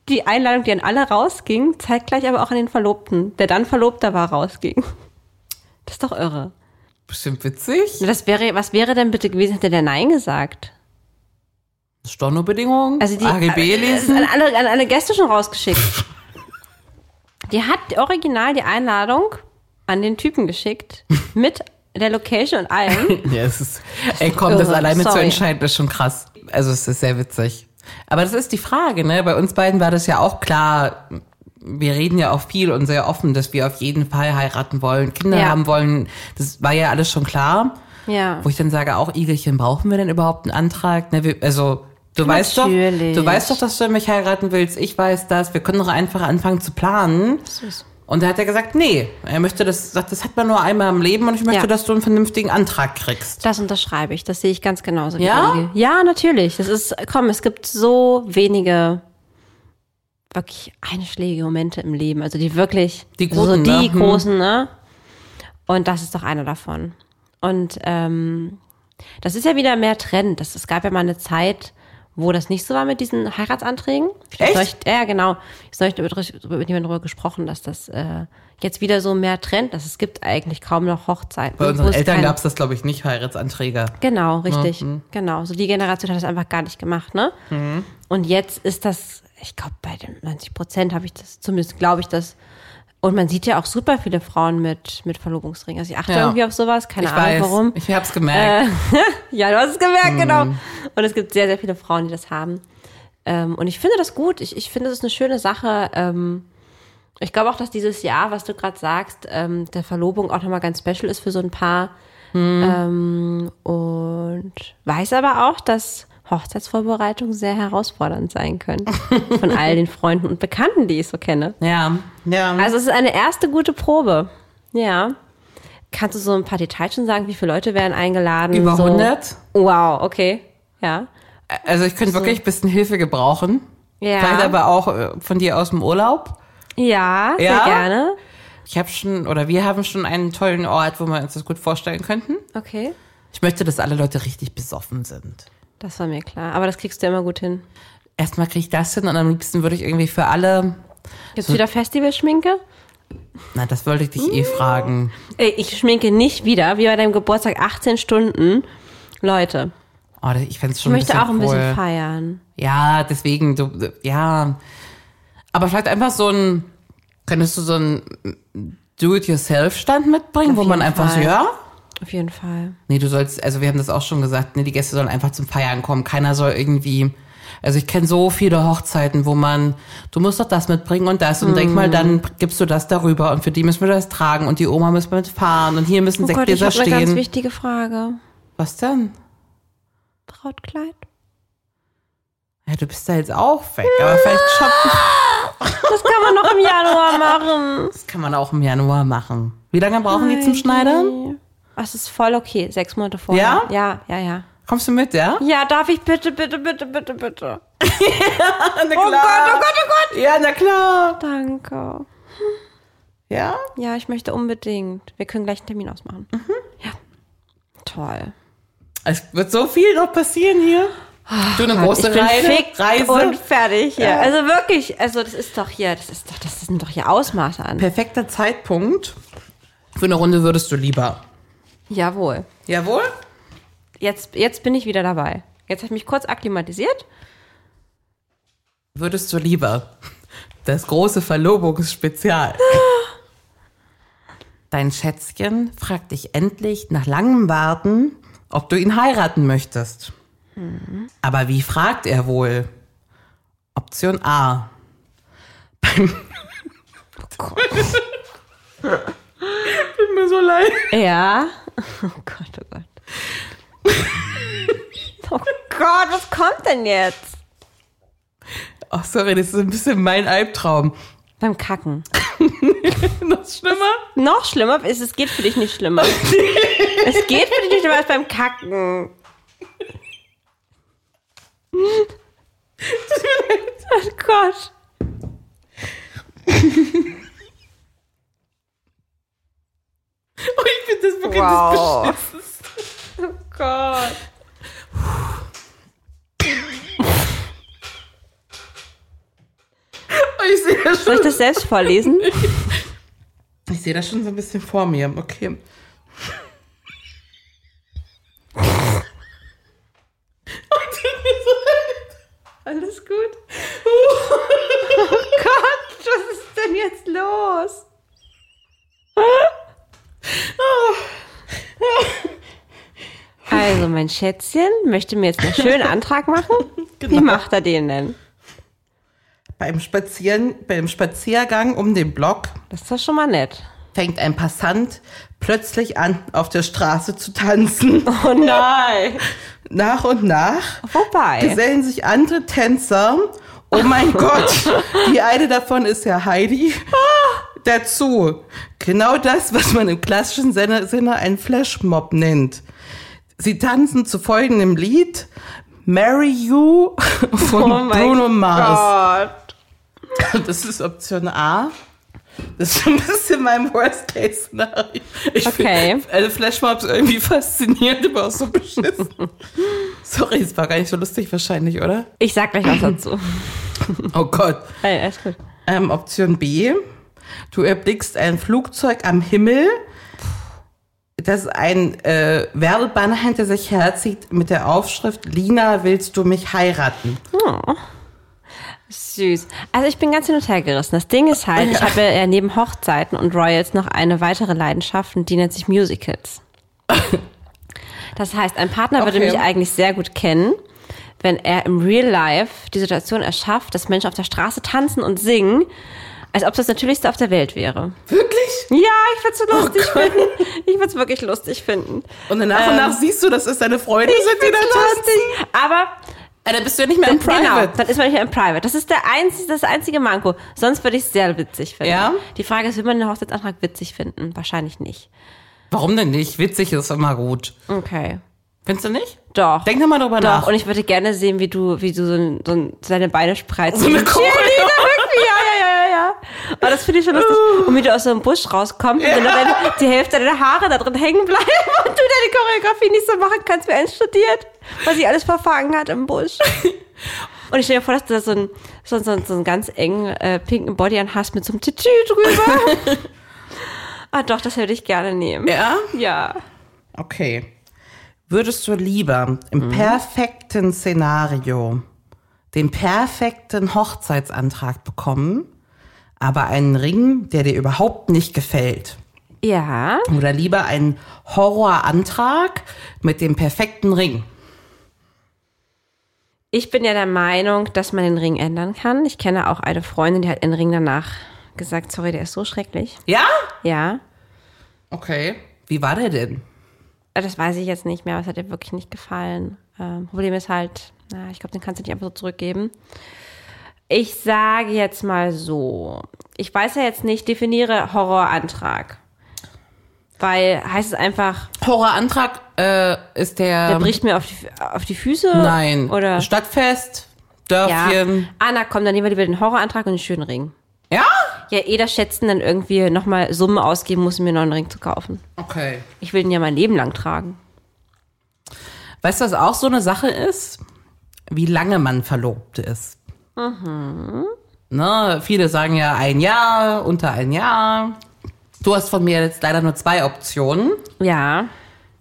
die Einladung, die an alle rausging, zeitgleich aber auch an den Verlobten, der dann Verlobter war, rausging. Das ist doch irre.
Bestimmt witzig.
Das wäre, was wäre denn bitte gewesen, hätte der Nein gesagt?
Stornobedingungen.
Also die
AGB
äh,
lesen.
An alle, an alle Gäste schon rausgeschickt. Die hat original die Einladung an den Typen geschickt mit der Location und
*laughs*
allem.
Ja, es ist, ey, komm, das
irre.
alleine zu
Oh, Sorry.
entscheiden ist schon krass. Also es ist sehr witzig. Aber das ist die Frage, ne? Bei uns beiden war das ja auch klar. Wir reden ja auch viel und sehr offen, dass wir auf jeden Fall heiraten wollen, Kinder
Ja.
haben wollen. Das war ja alles schon klar.
Ja.
Wo ich dann sage, auch Igelchen, brauchen wir denn überhaupt einen Antrag? Ne, wir, also du weißt doch,
Natürlich.
du weißt doch, dass du mich heiraten willst. Ich weiß das. Wir können doch einfach anfangen zu planen. Und da hat er gesagt, nee, er möchte das, sagt, das hat man nur einmal im Leben und ich möchte,
Ja.
dass du einen vernünftigen Antrag kriegst.
Das unterschreibe ich, das sehe ich ganz genauso. wie
Ja?
Olli. Ja, natürlich. Das ist, komm, es gibt so wenige wirklich einschlägige Momente im Leben, also die wirklich, also
Die
so
guten,
die
ne? Hm.
großen, ne? Und das ist doch einer davon. Und ähm, das ist ja wieder mehr Trend. Das, es gab ja mal eine Zeit, wo das nicht so war mit diesen Heiratsanträgen.
Echt?
Neulich, ja, genau. Ich habe neulich drüber- mit jemandem darüber gesprochen, dass das äh, jetzt wieder so mehr Trend ist. Es gibt eigentlich kaum noch Hochzeiten.
Bei
wo
unseren
es
Eltern
kein-
gab es das, glaube ich, nicht, Heiratsanträge.
Genau, richtig.
mhm.
Genau. So die Generation hat das einfach gar nicht gemacht, ne? Und jetzt ist das, ich glaube, bei den 90 Prozent habe ich das, zumindest glaube ich das. Und man sieht ja auch super viele Frauen mit, mit Verlobungsringen. Also ich achte
Ja.
irgendwie auf sowas, keine
ich
Ahnung
weiß,
warum.
ich habe es gemerkt.
Ja, du hast es gemerkt, genau.
Mhm.
Und es gibt sehr, sehr viele Frauen, die das haben. Ähm, und ich finde das gut. Ich, ich finde, das ist eine schöne Sache. Ähm, ich glaube auch, dass dieses Jahr, was du gerade sagst, ähm, der Verlobung auch nochmal ganz special ist für so ein Paar.
Mhm.
Ähm, und weiß aber auch, dass Hochzeitsvorbereitungen sehr herausfordernd sein können.
*laughs*
Von all den Freunden und Bekannten, die ich so kenne.
ja, ja.
Äh. Also es ist eine erste gute Probe. Ja. Kannst du so ein paar Details schon sagen, wie viele Leute werden eingeladen?
Über
so?
100?
Wow, okay. Ja.
Also ich könnte wirklich ein bisschen Hilfe gebrauchen.
Ja.
Vielleicht aber auch äh, von dir aus dem Urlaub.
Ja, sehr
Ja?
gerne.
Ich habe schon, oder wir haben schon einen tollen Ort, wo wir uns das gut vorstellen könnten.
Okay.
Ich möchte, dass alle Leute richtig besoffen sind.
Das war mir klar. Aber das kriegst du immer gut hin.
Erstmal kriege ich das hin und am liebsten würde ich irgendwie für alle,
Gibt's wieder Festivalschminke?
na, das wollte ich dich eh
Mm.
fragen.
Ey, ich schminke nicht wieder, wie bei deinem Geburtstag 18 Stunden. Leute,
Oh, das- ich fänd's
ich
schon
möchte
ein
auch
bisschen
ein bisschen
cool.
feiern.
Ja, deswegen, du, ja. Aber vielleicht einfach so ein, könntest du so ein Do-it-yourself-Stand mitbringen,
Auf
wo man
jeden
einfach so,
Fall.
ja?
Auf jeden Fall.
Nee, du sollst, also wir haben das auch schon gesagt, nee, die Gäste sollen einfach zum Feiern kommen. Keiner soll irgendwie, also ich kenne so viele Hochzeiten, wo man, du musst doch das mitbringen und das und denk
Hm.
mal, dann gibst du das darüber und für die müssen wir das tragen und die Oma müssen wir mitfahren und hier müssen
Oh Gott, ich
Sektgläser
habe eine ganz
stehen.
wichtige Frage.
Was denn?
Brautkleid?
Ja, du bist da jetzt auch weg, aber vielleicht shoppen.
Das kann man noch im
*laughs*
Januar machen.
Das kann man auch im Januar machen. Wie lange brauchen die zum Schneidern?
Das ist voll okay, sechs Monate vorher.
Ja?
Ja, ja, ja.
Kommst du mit, ja?
Ja, darf ich bitte, bitte, bitte, bitte, bitte.
Na klar. Oh Gott, oh Gott, oh Gott. Ja, na klar.
Danke.
Ja?
Ja, ich möchte unbedingt. Wir können gleich einen Termin ausmachen. Ja. Toll.
Es wird so viel noch passieren hier. du eine große
ich bin
Reise.
fix
Reise.
und fertig hier. Also wirklich, also das ist doch hier, das ist doch, das sind doch hier Ausmaße an.
Perfekter Zeitpunkt. Für eine Runde würdest du lieber.
Jawohl.
Jawohl?
Jetzt, jetzt bin ich wieder dabei. Jetzt habe ich mich kurz akklimatisiert.
Würdest du lieber. Das große Verlobungsspezial. *gasps* Dein Schätzchen fragt dich endlich nach langem Warten, ob du ihn heiraten möchtest. Aber wie fragt er wohl? Option A. *laughs* Beim Oh Tut mir so leid.
Ja. *laughs* Oh Gott, oh Gott. oh Gott, was kommt denn jetzt?
Ach, Oh, sorry, das ist ein bisschen mein Albtraum.
Beim Kacken.
Das ist schlimmer.
Noch schlimmer ist, es geht für dich nicht schlimmer. es geht für dich nicht schlimmer als beim Kacken. oh Gott.
Oh, ich finde das wirklich
Wow.
das Beschissenste.
Oh Gott.
Oh, Ich sehe das
Soll
schon.
ich das selbst vorlesen?
Ich sehe das schon so ein bisschen vor mir. Okay.
Alles gut? *laughs* oh Gott, was ist denn jetzt los? Also, mein Schätzchen möchte mir jetzt *laughs* einen schönen Antrag machen. Wie macht er den denn?
Beim, Spazieren, beim Spaziergang um den Block
Das ist doch schon mal nett.
fängt ein Passant plötzlich an, auf der Straße zu
*laughs*
tanzen.
Oh nein!
Nach und nach
Wobei.
gesellen sich andere Tänzer.
*laughs*
Oh mein Gott, die eine davon ist ja Heidi.
Ah.
Dazu genau das, was man im klassischen Sinne Sinne einen Flashmob nennt. Sie tanzen zu folgendem Lied Marry You
*laughs*
von
Oh mein
Bruno Mars.
Gott.
Das ist Option A. Das ist ein bisschen mein Worst-Case-Szenario. Ich
Okay.
Find, also Flashmobs irgendwie faszinierend, aber auch so beschissen. Sorry, es war gar nicht so lustig wahrscheinlich, oder?
Ich sag gleich was dazu.
Oh Gott.
Hey, alles gut.
Ähm, Option B. Du erblickst ein Flugzeug am Himmel, das ein äh, Werbebanner hinter sich herzieht mit der Aufschrift Lina, willst du mich heiraten?
Süß. Also ich bin ganz hin und her gerissen. Das Ding ist halt, ich habe *laughs* ja neben Hochzeiten und Royals noch eine weitere Leidenschaft und die nennt sich *laughs* Musicals. Das heißt, ein Partner würde
Okay.
mich eigentlich sehr gut kennen, wenn er im Real Life die Situation erschafft, dass Menschen auf der Straße tanzen und singen, als ob das Natürlichste auf der Welt wäre. Oh
Wirklich?
Ja, ich würde es so lustig finden. Ich würde es wirklich lustig finden.
Und dann nach und nach siehst du, das ist deine Freundin, sind die
Ähm.
da
find's
tanzen.
lustig. Aber
Äh, Dann bist du ja nicht mehr im
Genau,
Private.
dann ist man nicht mehr im Private. Das ist der einzige, das einzige Manko. Sonst würde ich es sehr witzig finden.
Ja?
Die Frage ist, will man den Hochzeitsantrag witzig finden? Wahrscheinlich nicht.
Warum denn nicht? Witzig ist immer gut.
Okay.
Findest du nicht?
Doch.
Denk doch mal drüber
Doch,
nach.
und ich würde gerne sehen, wie du, wie du so, ein, so, ein, so deine Beine spreizt.
So eine Choreo.
Ja, ja, ja, ja, ja. Oh, das finde ich schon lustig.
Uh.
Und wie du aus so einem Busch rauskommst und dann deine, die Hälfte deiner Haare da drin hängen bleiben und du deine Choreografie nicht so machen kannst, wie eins studiert, weil sie alles verfangen hat im Busch. Und ich stelle mir vor, dass du da so einen so, so, so einen ganz engen äh, pinken Body an hast mit so einem Tütü
*laughs*
drüber. ah, doch, das würde ich gerne nehmen.
Ja?
Ja.
Okay. Würdest du lieber im perfekten Szenario den perfekten Hochzeitsantrag bekommen, aber einen Ring, der dir überhaupt nicht gefällt?
Ja.
Oder lieber einen Horrorantrag mit dem perfekten Ring?
Ich bin ja der Meinung, dass man den Ring ändern kann. Ich kenne auch eine Freundin, die hat den Ring danach gesagt, sorry, der ist so schrecklich.
Ja?
Ja,
Okay. Wie war der denn?
das weiß ich jetzt nicht mehr, was hat dir wirklich nicht gefallen. Ähm, Problem ist halt, na, ich glaube, den kannst du nicht einfach so zurückgeben. Ich sage jetzt mal so, ich weiß ja jetzt nicht, definiere Horrorantrag. Weil heißt es einfach,
Horrorantrag äh, ist der.
der bricht mir auf die, auf die Füße?
Nein.
Oder?
Stadtfest,
Ja.
Dörfchen.
Ah, na komm, dann nehmen wir lieber den Horrorantrag und den schönen Ring.
ja?
Ja, eh das Schätzen dann irgendwie nochmal Summe ausgeben muss, um mir einen neuen Ring zu kaufen.
Okay.
Ich will den ja mein Leben lang tragen.
Weißt du, was auch so eine Sache ist? Wie lange man verlobt ist.
Mhm.
Ne, viele sagen ja ein Jahr, unter ein Jahr. Du hast von mir jetzt leider nur zwei Optionen.
Ja.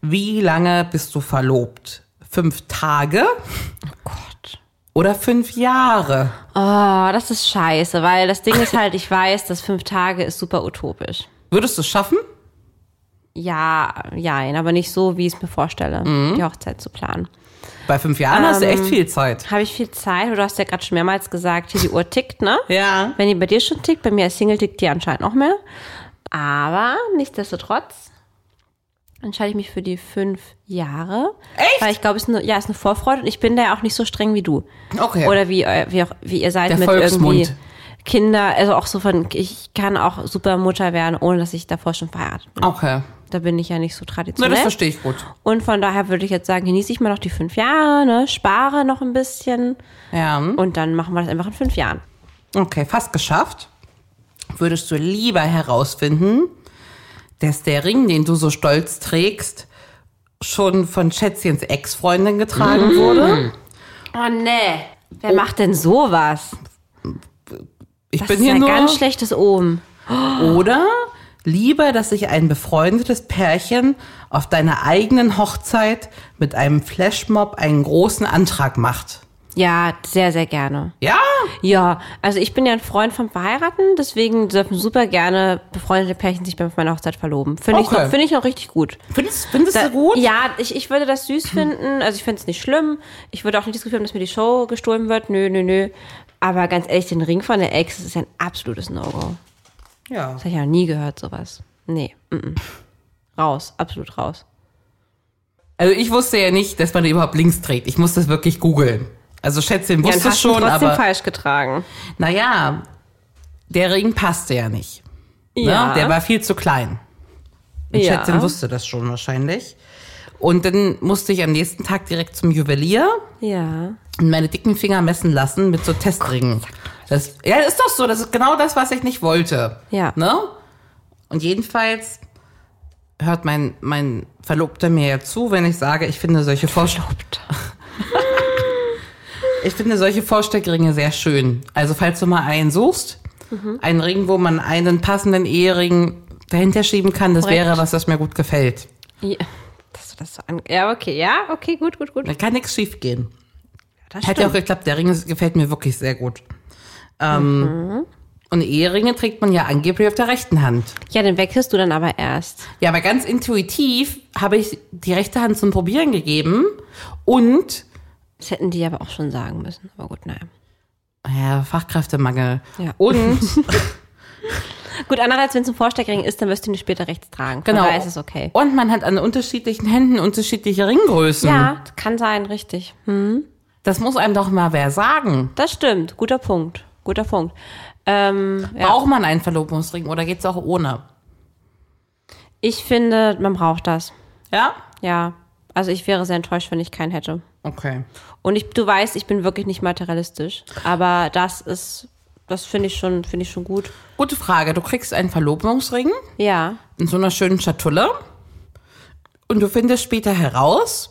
Wie lange bist du verlobt? Fünf Tage?
Oh Gott.
Oder fünf Jahre?
Oh, das ist scheiße, weil das Ding ist halt, ich weiß, dass fünf Tage ist super utopisch.
Würdest du es schaffen?
Ja, jein, aber nicht so, wie ich es mir vorstelle, die Hochzeit zu planen.
Bei fünf Jahren hast du
Ähm.
echt viel Zeit.
Habe ich viel Zeit? Du hast ja gerade schon mehrmals gesagt, hier die Uhr tickt, ne?
Ja.
Wenn die bei dir schon tickt, bei mir als Single tickt die anscheinend noch mehr. Aber nichtsdestotrotz entscheide ich mich für die fünf Jahre. Echt? Weil ich glaube, es ist eine, ja, es ist eine Vorfreude und ich bin da ja auch nicht so streng wie du.
Okay.
Oder wie, eu- wie, auch, wie ihr seid
Der
mit
Volksmund.
irgendwie Kinder, also auch so von, ich kann auch super Mutter werden, ohne dass ich davor schon verheiratet bin.
Okay.
Da bin ich ja nicht so
Na,
traditionell.
das verstehe ich gut.
Und von daher würde ich jetzt sagen, genieße ich mal noch die fünf Jahre, ne, spare noch ein bisschen
Ja.
und dann machen wir das einfach in fünf Jahren.
Okay, fast geschafft. Würdest du lieber herausfinden, dass der Ring, den du so stolz trägst, schon von Schätzchens Ex-Freundin getragen
Mm.
wurde?
Oh nee. Wer macht denn sowas?
Ich
Das
bin
ist
hier
ein
nur.
ganz schlechtes Omen.
Oder lieber, dass sich ein befreundetes Pärchen auf deiner eigenen Hochzeit mit einem Flashmob einen großen Antrag macht.
Ja, sehr, sehr gerne.
Ja?
Ja, also ich bin ja ein Freund vom Verheiraten, deswegen dürfen super gerne befreundete Pärchen sich bei meiner Hochzeit verloben. Finde ich
Okay.
noch- finde ich noch richtig gut.
Findest, findest
Da-
du gut?
Ja, ich, ich würde das süß finden. Also ich finde es nicht schlimm. Ich würde auch nicht das Gefühl haben, dass mir die Show gestohlen wird. Nö, nö, nö. Aber ganz ehrlich, den Ring von der Ex das ist ja ein absolutes No-Go.
Ja.
Das habe ich ja noch nie gehört, sowas. Nee. Mm -mm. Raus, absolut raus.
Also ich wusste ja nicht, dass man die überhaupt links trägt. Ich musste das wirklich googeln. Also Schätzchen
Ja,
wusste
dann
es
hast du
schon,
trotzdem
aber
falsch getragen.
naja, der Ring passte ja nicht.
Ja.
Ne? Der war viel zu klein. Und
Ja.
Schätzchen wusste das schon wahrscheinlich. Und dann musste ich am nächsten Tag direkt zum Juwelier
Ja.
und meine dicken Finger messen lassen mit so
Oh
Testringen. Das, ja, ist doch so. Das ist genau das, was ich nicht wollte.
Ja.
Ne? Und jedenfalls hört mein, mein Verlobter mir ja zu, wenn ich sage, ich finde solche Vorstellungen. *laughs* ich finde solche Vorsteckringe sehr schön. Also, falls du mal einen suchst,
Mhm.
einen Ring, wo man einen passenden Ehering dahinter schieben kann, das
Korrekt.
wäre was, das mir gut gefällt.
ja. Dass du das so an ja, okay, ja, okay, gut, gut, gut.
Da kann nichts schief gehen.
Das
Hat ja auch geklappt. Der Ring ist, gefällt mir wirklich sehr gut. Ähm, Und Eheringe trägt man ja angeblich auf der rechten Hand.
Ja, den wechselst du dann aber erst.
Ja, aber ganz intuitiv habe ich die rechte Hand zum Probieren gegeben und
Das hätten die aber auch schon sagen müssen. Aber gut, naja.
ja, Fachkräftemangel.
Ja. *laughs*
Und
Gut, andererseits, wenn es ein Vorsteckring ist, dann wirst du ihn später rechts tragen. Von
genau.
daher ist es okay.
Und man hat an unterschiedlichen Händen unterschiedliche Ringgrößen.
Ja, kann sein, richtig. Hm.
Das muss einem doch mal wer sagen.
Das stimmt. Guter Punkt. Guter Punkt. Ähm, ja.
Braucht man einen Verlobungsring oder geht's auch ohne?
Ich finde, man braucht das.
Ja?
Ja. Also ich wäre sehr enttäuscht, wenn ich keinen hätte.
Okay.
Und ich, du weißt, ich bin wirklich nicht materialistisch. Aber das ist, das finde ich schon, finde ich schon gut.
Gute Frage. Du kriegst einen Verlobungsring
Ja.
in so einer schönen Schatulle. Und du findest später heraus,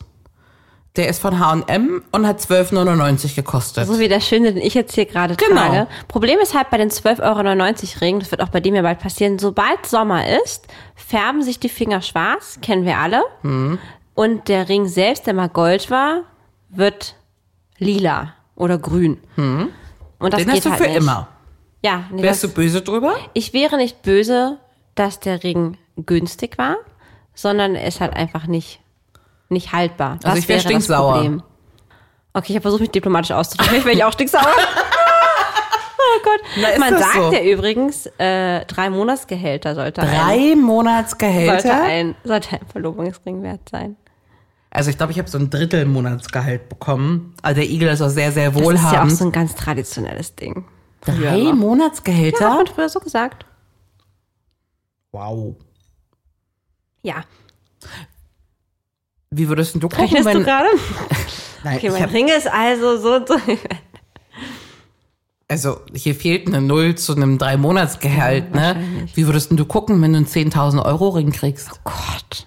der ist von H&M und hat 12,99 gekostet.
So wie der schöne, den ich jetzt hier gerade
Genau.
trage. Problem ist halt bei den 12,99 Euro Ringen, das wird auch bei dem ja bald passieren, sobald Sommer ist, färben sich die Finger schwarz, kennen wir alle.
Mhm.
Und der Ring selbst, der mal Gold war, wird lila oder grün. Und das
Mhm. Den
geht
hast du
halt
für
nicht.
immer.
Ja, nee,
Wärst du
das, Äh,
böse drüber?
ich wäre nicht böse, dass der Ring günstig war, sondern er ist halt einfach nicht, nicht haltbar. Das
Also ich wär
wäre das
stinksauer.
Problem. Okay, ich habe versucht, mich diplomatisch auszudrücken. Vielleicht wäre ich auch stinksauer.
*laughs*
oh Gott.
Na, ist
Man
das
sagt
so?
ja übrigens, äh, drei Monatsgehälter sollte ein,
Drei
sollte
Monatsgehälter?
ein, sollte ein Verlobungsring wert sein.
Also ich glaube, ich habe so ein Drittel Monatsgehalt bekommen. Also der Igel ist auch sehr, sehr
Das ist ja auch
wohlhabend. ne?
so ein ganz traditionelles Ding.
Drei Monatsgehälter?
Ja, hat man früher so gesagt.
Wow.
Ja.
Wie würdest denn du gucken,
Rechnest
wenn...
du gerade?
Nein,
Okay,
ich
mein
hab,
Ring ist also so und so. *laughs*
also hier fehlt eine Null zu einem drei Monatsgehalt, ne? Wie würdest denn du gucken, wenn du einen 10.000 Euro Ring kriegst?
Gott.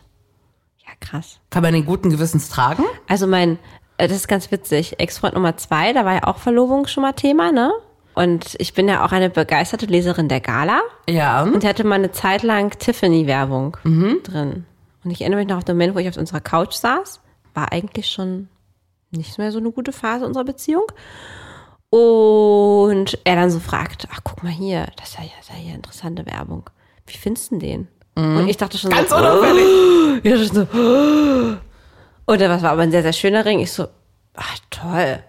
Ja, krass.
Kann man den guten Gewissens tragen?
Also mein, äh, das ist ganz witzig, Ex-Freund Nummer zwei, da war ja auch Verlobung schon mal Thema, ne? Und ich bin ja auch eine begeisterte Leserin der Gala
Ja.
und die hatte mal eine Zeit lang Tiffany-Werbung
Mhm.
drin. Und ich erinnere mich noch auf den Moment, wo ich auf unserer Couch saß, war eigentlich schon nicht mehr so eine gute Phase unserer Beziehung. Und er dann so fragt, ach guck mal hier, das ist ja, das ist ja hier interessante Werbung. Wie findest du denn den? Und ich dachte schon
Mhm. Ganz
so, oh.
unauffällig.
ja, das ist so. oh. Und was war aber ein sehr, sehr schöner Ring. Ich so, ach toll.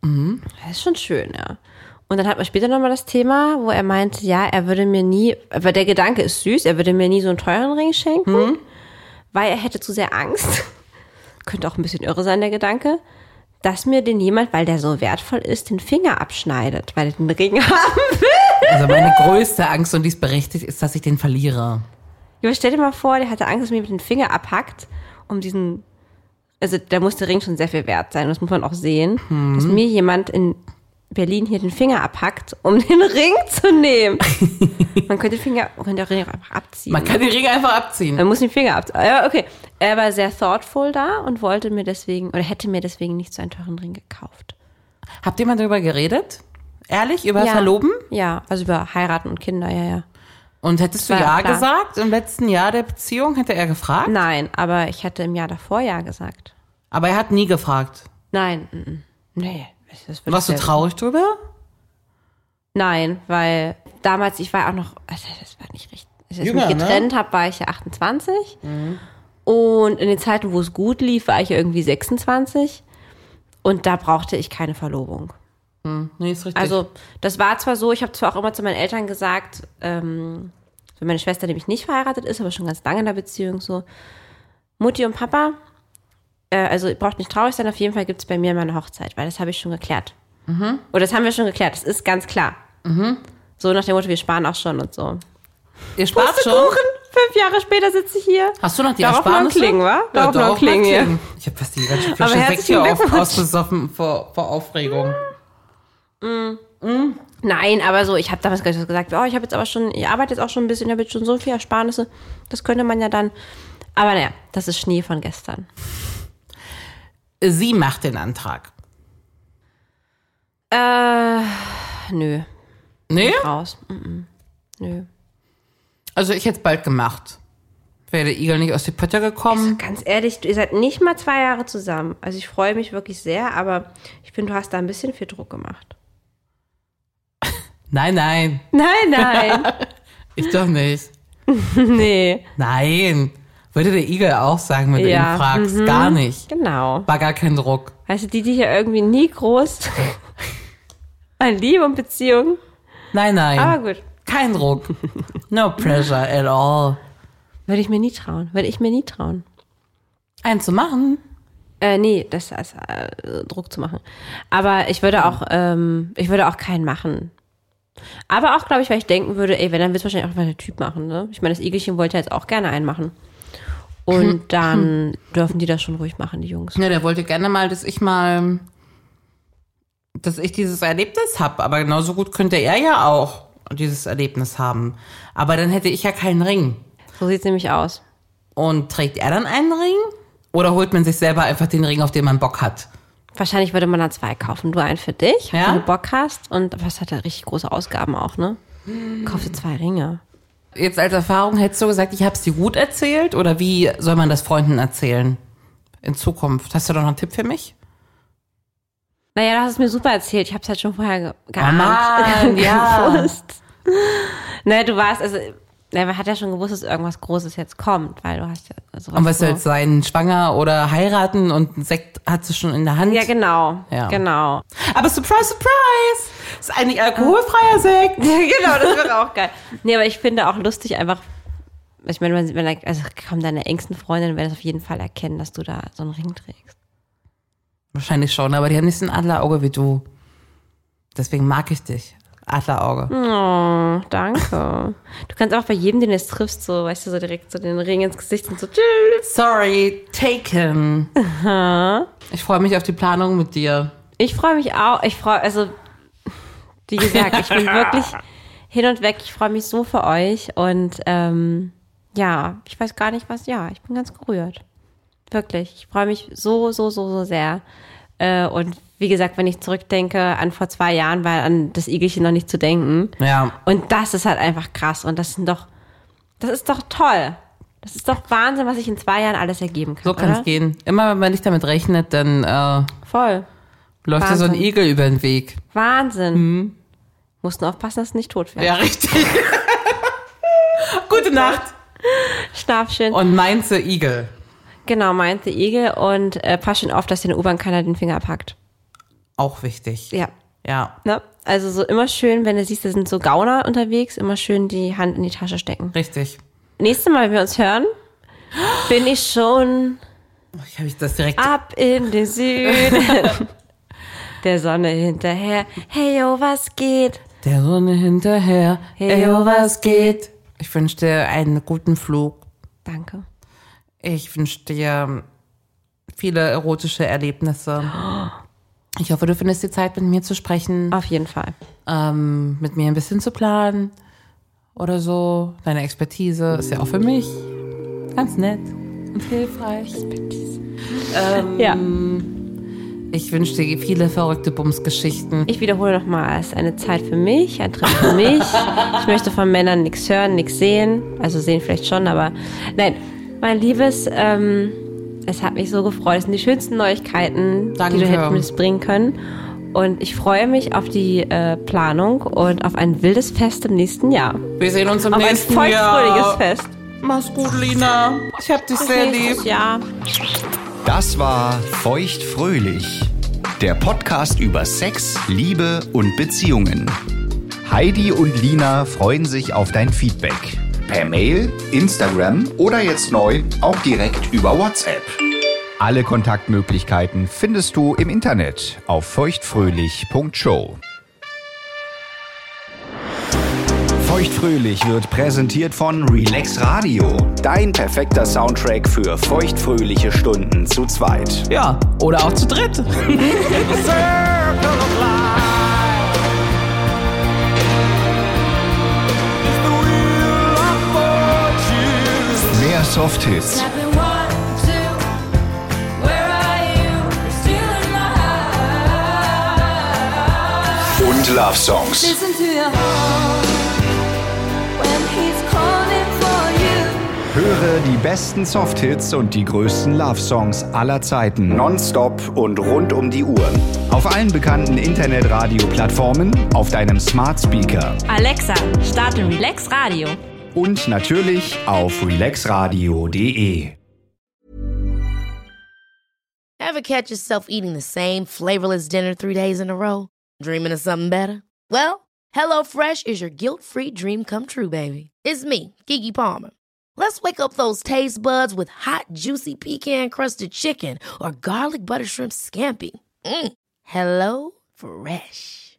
Das ist schon schön, ja. Und dann hat man später nochmal das Thema, wo er meinte, ja, er würde mir nie, aber der Gedanke ist süß, er würde mir nie so einen teuren Ring schenken. weil er hätte zu sehr Angst, *laughs* könnte auch ein bisschen irre sein, der Gedanke, dass mir den jemand, weil der so wertvoll ist, den Finger abschneidet, weil er den Ring *laughs* haben will.
Also meine größte Angst, und die ist berechtigt, ist, dass ich den verliere.
Ja, aber stell dir mal vor, der hatte Angst, dass mir mit den Finger abhackt, um diesen. Also da muss der Ring schon sehr viel wert sein, das muss man auch sehen. Dass
Mhm.
mir jemand in Berlin hier den Finger abhackt, um *laughs* den Ring zu
*laughs*
nehmen. man könnte den Finger, man könnte den Ring einfach abziehen.
Man kann den Ring einfach abziehen.
Man muss den Finger abziehen. Ja, okay. Er war sehr thoughtful da und wollte mir deswegen, oder hätte mir deswegen nicht so einen teuren Ring gekauft.
Habt ihr mal darüber geredet? Ehrlich? Über
Ja.
Verloben?
Ja, also über Heiraten und Kinder, ja, ja.
Und hättest du
War
Ja
klar.
gesagt im letzten Jahr der Beziehung? Hätte er gefragt?
Nein, aber ich hatte im Jahr davor ja gesagt.
Aber er hat nie gefragt.
Nein, mhm. nee. Das wird
Warst du
sehr-
traurig drüber?
Nein, weil damals, ich war auch noch, also das war nicht richtig. Als ich
Jünger,
mich getrennt habe, war ich ja 28. Und in den Zeiten, wo es gut lief, war ich ja irgendwie 26. Und da brauchte ich keine Verlobung.
Nee, ist richtig.
Also, das war zwar so, ich habe zwar auch immer zu meinen Eltern gesagt, ähm, für meine Schwester, die mich nicht verheiratet ist, aber schon ganz lange in der Beziehung, so, Mutti und Papa, äh, also ihr braucht nicht traurig sein, auf jeden Fall gibt es bei mir meine Hochzeit, weil das habe ich schon geklärt. Oder das haben wir schon geklärt, das ist ganz klar. Mhm. So nach dem Motto, wir sparen auch schon und so.
ihr spart schon.
Kuchen, fünf Jahre später sitze ich hier.
Hast du noch die
Darauf noch ein
Ersparnisse?
Klingen, wa? Darauf noch ein
darauf
Klingen, ja.
Ich habe fast die ganze
Aber
Flasche Sekt
herzlichen
hier auf,
Glückwunsch.
ausgesoffen vor, vor Aufregung.
Nein, aber so, ich habe damals gar nicht so gesagt, oh, ich habe jetzt aber schon, ich arbeite jetzt auch schon ein bisschen, ich habe jetzt schon so viel Ersparnisse, das könnte man ja dann. Aber naja, das ist Schnee von gestern.
Sie macht den Antrag.
Äh, nö,
Nee?
raus. Mhm. Nö.
Also ich hätte es bald gemacht. Wäre der Igel nicht aus die Pötter gekommen.
Ganz ehrlich, du- ihr seid nicht mal zwei Jahre zusammen. Also ich freue mich wirklich sehr, aber ich finde, du hast da ein bisschen viel Druck gemacht.
Nein, nein.
Nein, nein.
Ich doch nicht.
*laughs* nee.
Nein. Würde der Igel auch sagen, wenn du
Ja,
ihn fragst. Gar nicht.
Genau.
War gar kein Druck.
Weißt du, die, die hier irgendwie nie groß *laughs* an Liebe und Beziehung.
Nein, nein.
Aber gut.
Kein Druck. No pressure at all.
Würde ich mir nie trauen. Würde ich mir nie trauen.
Einen zu machen?
Äh, nee, das ist äh, Druck zu machen. Aber ich würde auch, ähm, ich würde auch keinen machen. Aber auch, glaube ich, weil ich denken würde, ey, wenn, dann wird es wahrscheinlich auch mal der Typ machen, ne? Ich meine, das Igelchen wollte jetzt auch gerne einen machen.
*laughs*
Und dann dürfen die das schon ruhig machen, die Jungs.
Ja, der wollte gerne mal, dass ich mal, dass ich dieses Erlebnis habe. Aber genauso gut könnte er ja auch dieses Erlebnis haben. Aber dann hätte ich ja keinen Ring.
So sieht's nämlich aus.
Und trägt er dann einen Ring? Oder holt man sich selber einfach den Ring, auf den man Bock hat?
Wahrscheinlich würde man dann zwei kaufen. Du einen für dich,
Ja.
wenn du Bock hast. Und was hat er richtig große Ausgaben auch, ne? Kauf dir zwei Ringe.
Jetzt als Erfahrung hättest du gesagt, ich hab's dir gut erzählt? Oder wie soll man das Freunden erzählen? In Zukunft. Hast du da noch einen Tipp für mich?
Naja, du hast es mir super erzählt. Ich habe es halt schon vorher ge geahnt. *laughs*
Oh Mann, ja.
gewusst. Naja, du warst, also, naja, man hat ja schon gewusst, dass irgendwas Großes jetzt kommt, weil du hast ja also
*laughs* Und was soll jetzt sein? Schwanger oder heiraten und einen Sekt hat sie schon in der Hand?
Ja, genau.
Ja.
Genau.
Aber surprise, surprise! Ist eigentlich alkoholfreier
*laughs*
Sekt.
Ja, genau, das wäre auch geil. Nee, aber ich finde auch lustig einfach, ich meine, wenn, wenn also kommen deine engsten Freundinnen, werden es auf jeden Fall erkennen, dass du da so einen Ring trägst.
Wahrscheinlich schon, aber die haben nicht so ein Adlerauge wie du. Deswegen mag ich dich. Adlerauge.
Oh, danke. du kannst auch bei jedem, den du jetzt triffst, so, weißt du, so direkt so den Ring ins Gesicht und so, tschüss.
Sorry, taken. Ich freue mich auf die Planung mit dir.
Ich freue mich auch. Ich freue, also, wie gesagt, ich
*laughs*
bin wirklich hin und weg. Ich freue mich so für euch. Und ähm, ja, ich weiß gar nicht, was. Ja, ich bin ganz gerührt. Wirklich. Ich freue mich so, so, so, so sehr. Äh, und wie gesagt, wenn ich zurückdenke an vor zwei Jahren, war an das Igelchen noch nicht zu denken.
Ja.
Und das ist halt einfach krass. Und das sind doch, das ist doch toll. Das ist doch Wahnsinn, was sich in zwei Jahren alles ergeben kann.
So kann es
oder?
gehen. Immer wenn man nicht damit rechnet, dann äh,
Voll.
läuft dir so ein
Wahnsinn.
Igel über den Weg.
Wahnsinn. Mussten aufpassen, dass du nicht tot wirst.
Ja, richtig. *laughs* Gute Nacht.
Schlaf schön.
Und meinst du Igel?
genau, meinte Igel. Und äh, pass schön auf, dass dir in der U-Bahn keiner den Finger packt.
Auch wichtig.
Ja.
Ja,
Ne? Also so immer schön, wenn du siehst, da sind so Gauner unterwegs, immer schön die Hand in die Tasche stecken.
richtig.
Nächstes Mal, wenn wir uns hören, bin ich schon
Ich habe ich das direkt.
ab in den Süden. Der Sonne hinterher. Hey yo, was geht?
Der Sonne hinterher.
Hey, oh, was
geht? Ich wünsche dir einen guten Flug.
Danke.
Ich wünsche dir viele erotische Erlebnisse.
*gasps*
Ich hoffe, du findest die Zeit, mit mir zu sprechen,
Auf jeden Fall.
ähm, mit mir ein bisschen zu planen oder so. Deine Expertise ist ja auch für mich ganz nett und hilfreich.
Ja.
Ich wünsche dir viele verrückte Bumsgeschichten.
Ich wiederhole nochmal, es ist eine Zeit für mich, ein Trip für mich. Ich möchte von Männern nichts hören, nichts sehen. Also sehen vielleicht schon, aber nein. Mein Liebes, ähm, es hat mich so gefreut. Es sind die schönsten Neuigkeiten, die
Danke.
du hättest mir bringen können. Und ich freue mich auf die äh, Planung und auf ein wildes Fest im nächsten Jahr.
Wir sehen uns im
Auf ein
nächsten Jahr.
feuchtfröhliches Fest.
Mach's gut, Lina. Ich hab dich sehr lieb.
Nächstes Jahr.
Das war Feuchtfröhlich, der Podcast über Sex, Liebe und Beziehungen. Heidi und Lina freuen sich auf dein Feedback. Per Mail, Instagram oder jetzt neu auch direkt über WhatsApp. Alle Kontaktmöglichkeiten findest du im Internet auf feuchtfröhlich.show. Feuchtfröhlich wird präsentiert von Relax Radio. Dein perfekter Soundtrack für feuchtfröhliche Stunden zu zweit.
Ja, oder auch zu dritt. *laughs*
Mehr Softhits, und Love Songs. Höre die besten Softhits und die größten Love Songs aller Zeiten nonstop und rund um die Uhr auf allen bekannten Internetradio-Plattformen, auf deinem Smart Speaker
Alexa, starte Relax Radio.
und natürlich auf relaxradio.de.
Ever catch yourself eating the same flavorless dinner three days in a row? Dreaming of something better? Well, HelloFresh is your guilt free dream come true, baby. It's me, Kiki Palmer. Let's wake up those taste buds with hot, juicy pecan crusted chicken or garlic butter shrimp scampi. Mm. Hello Fresh.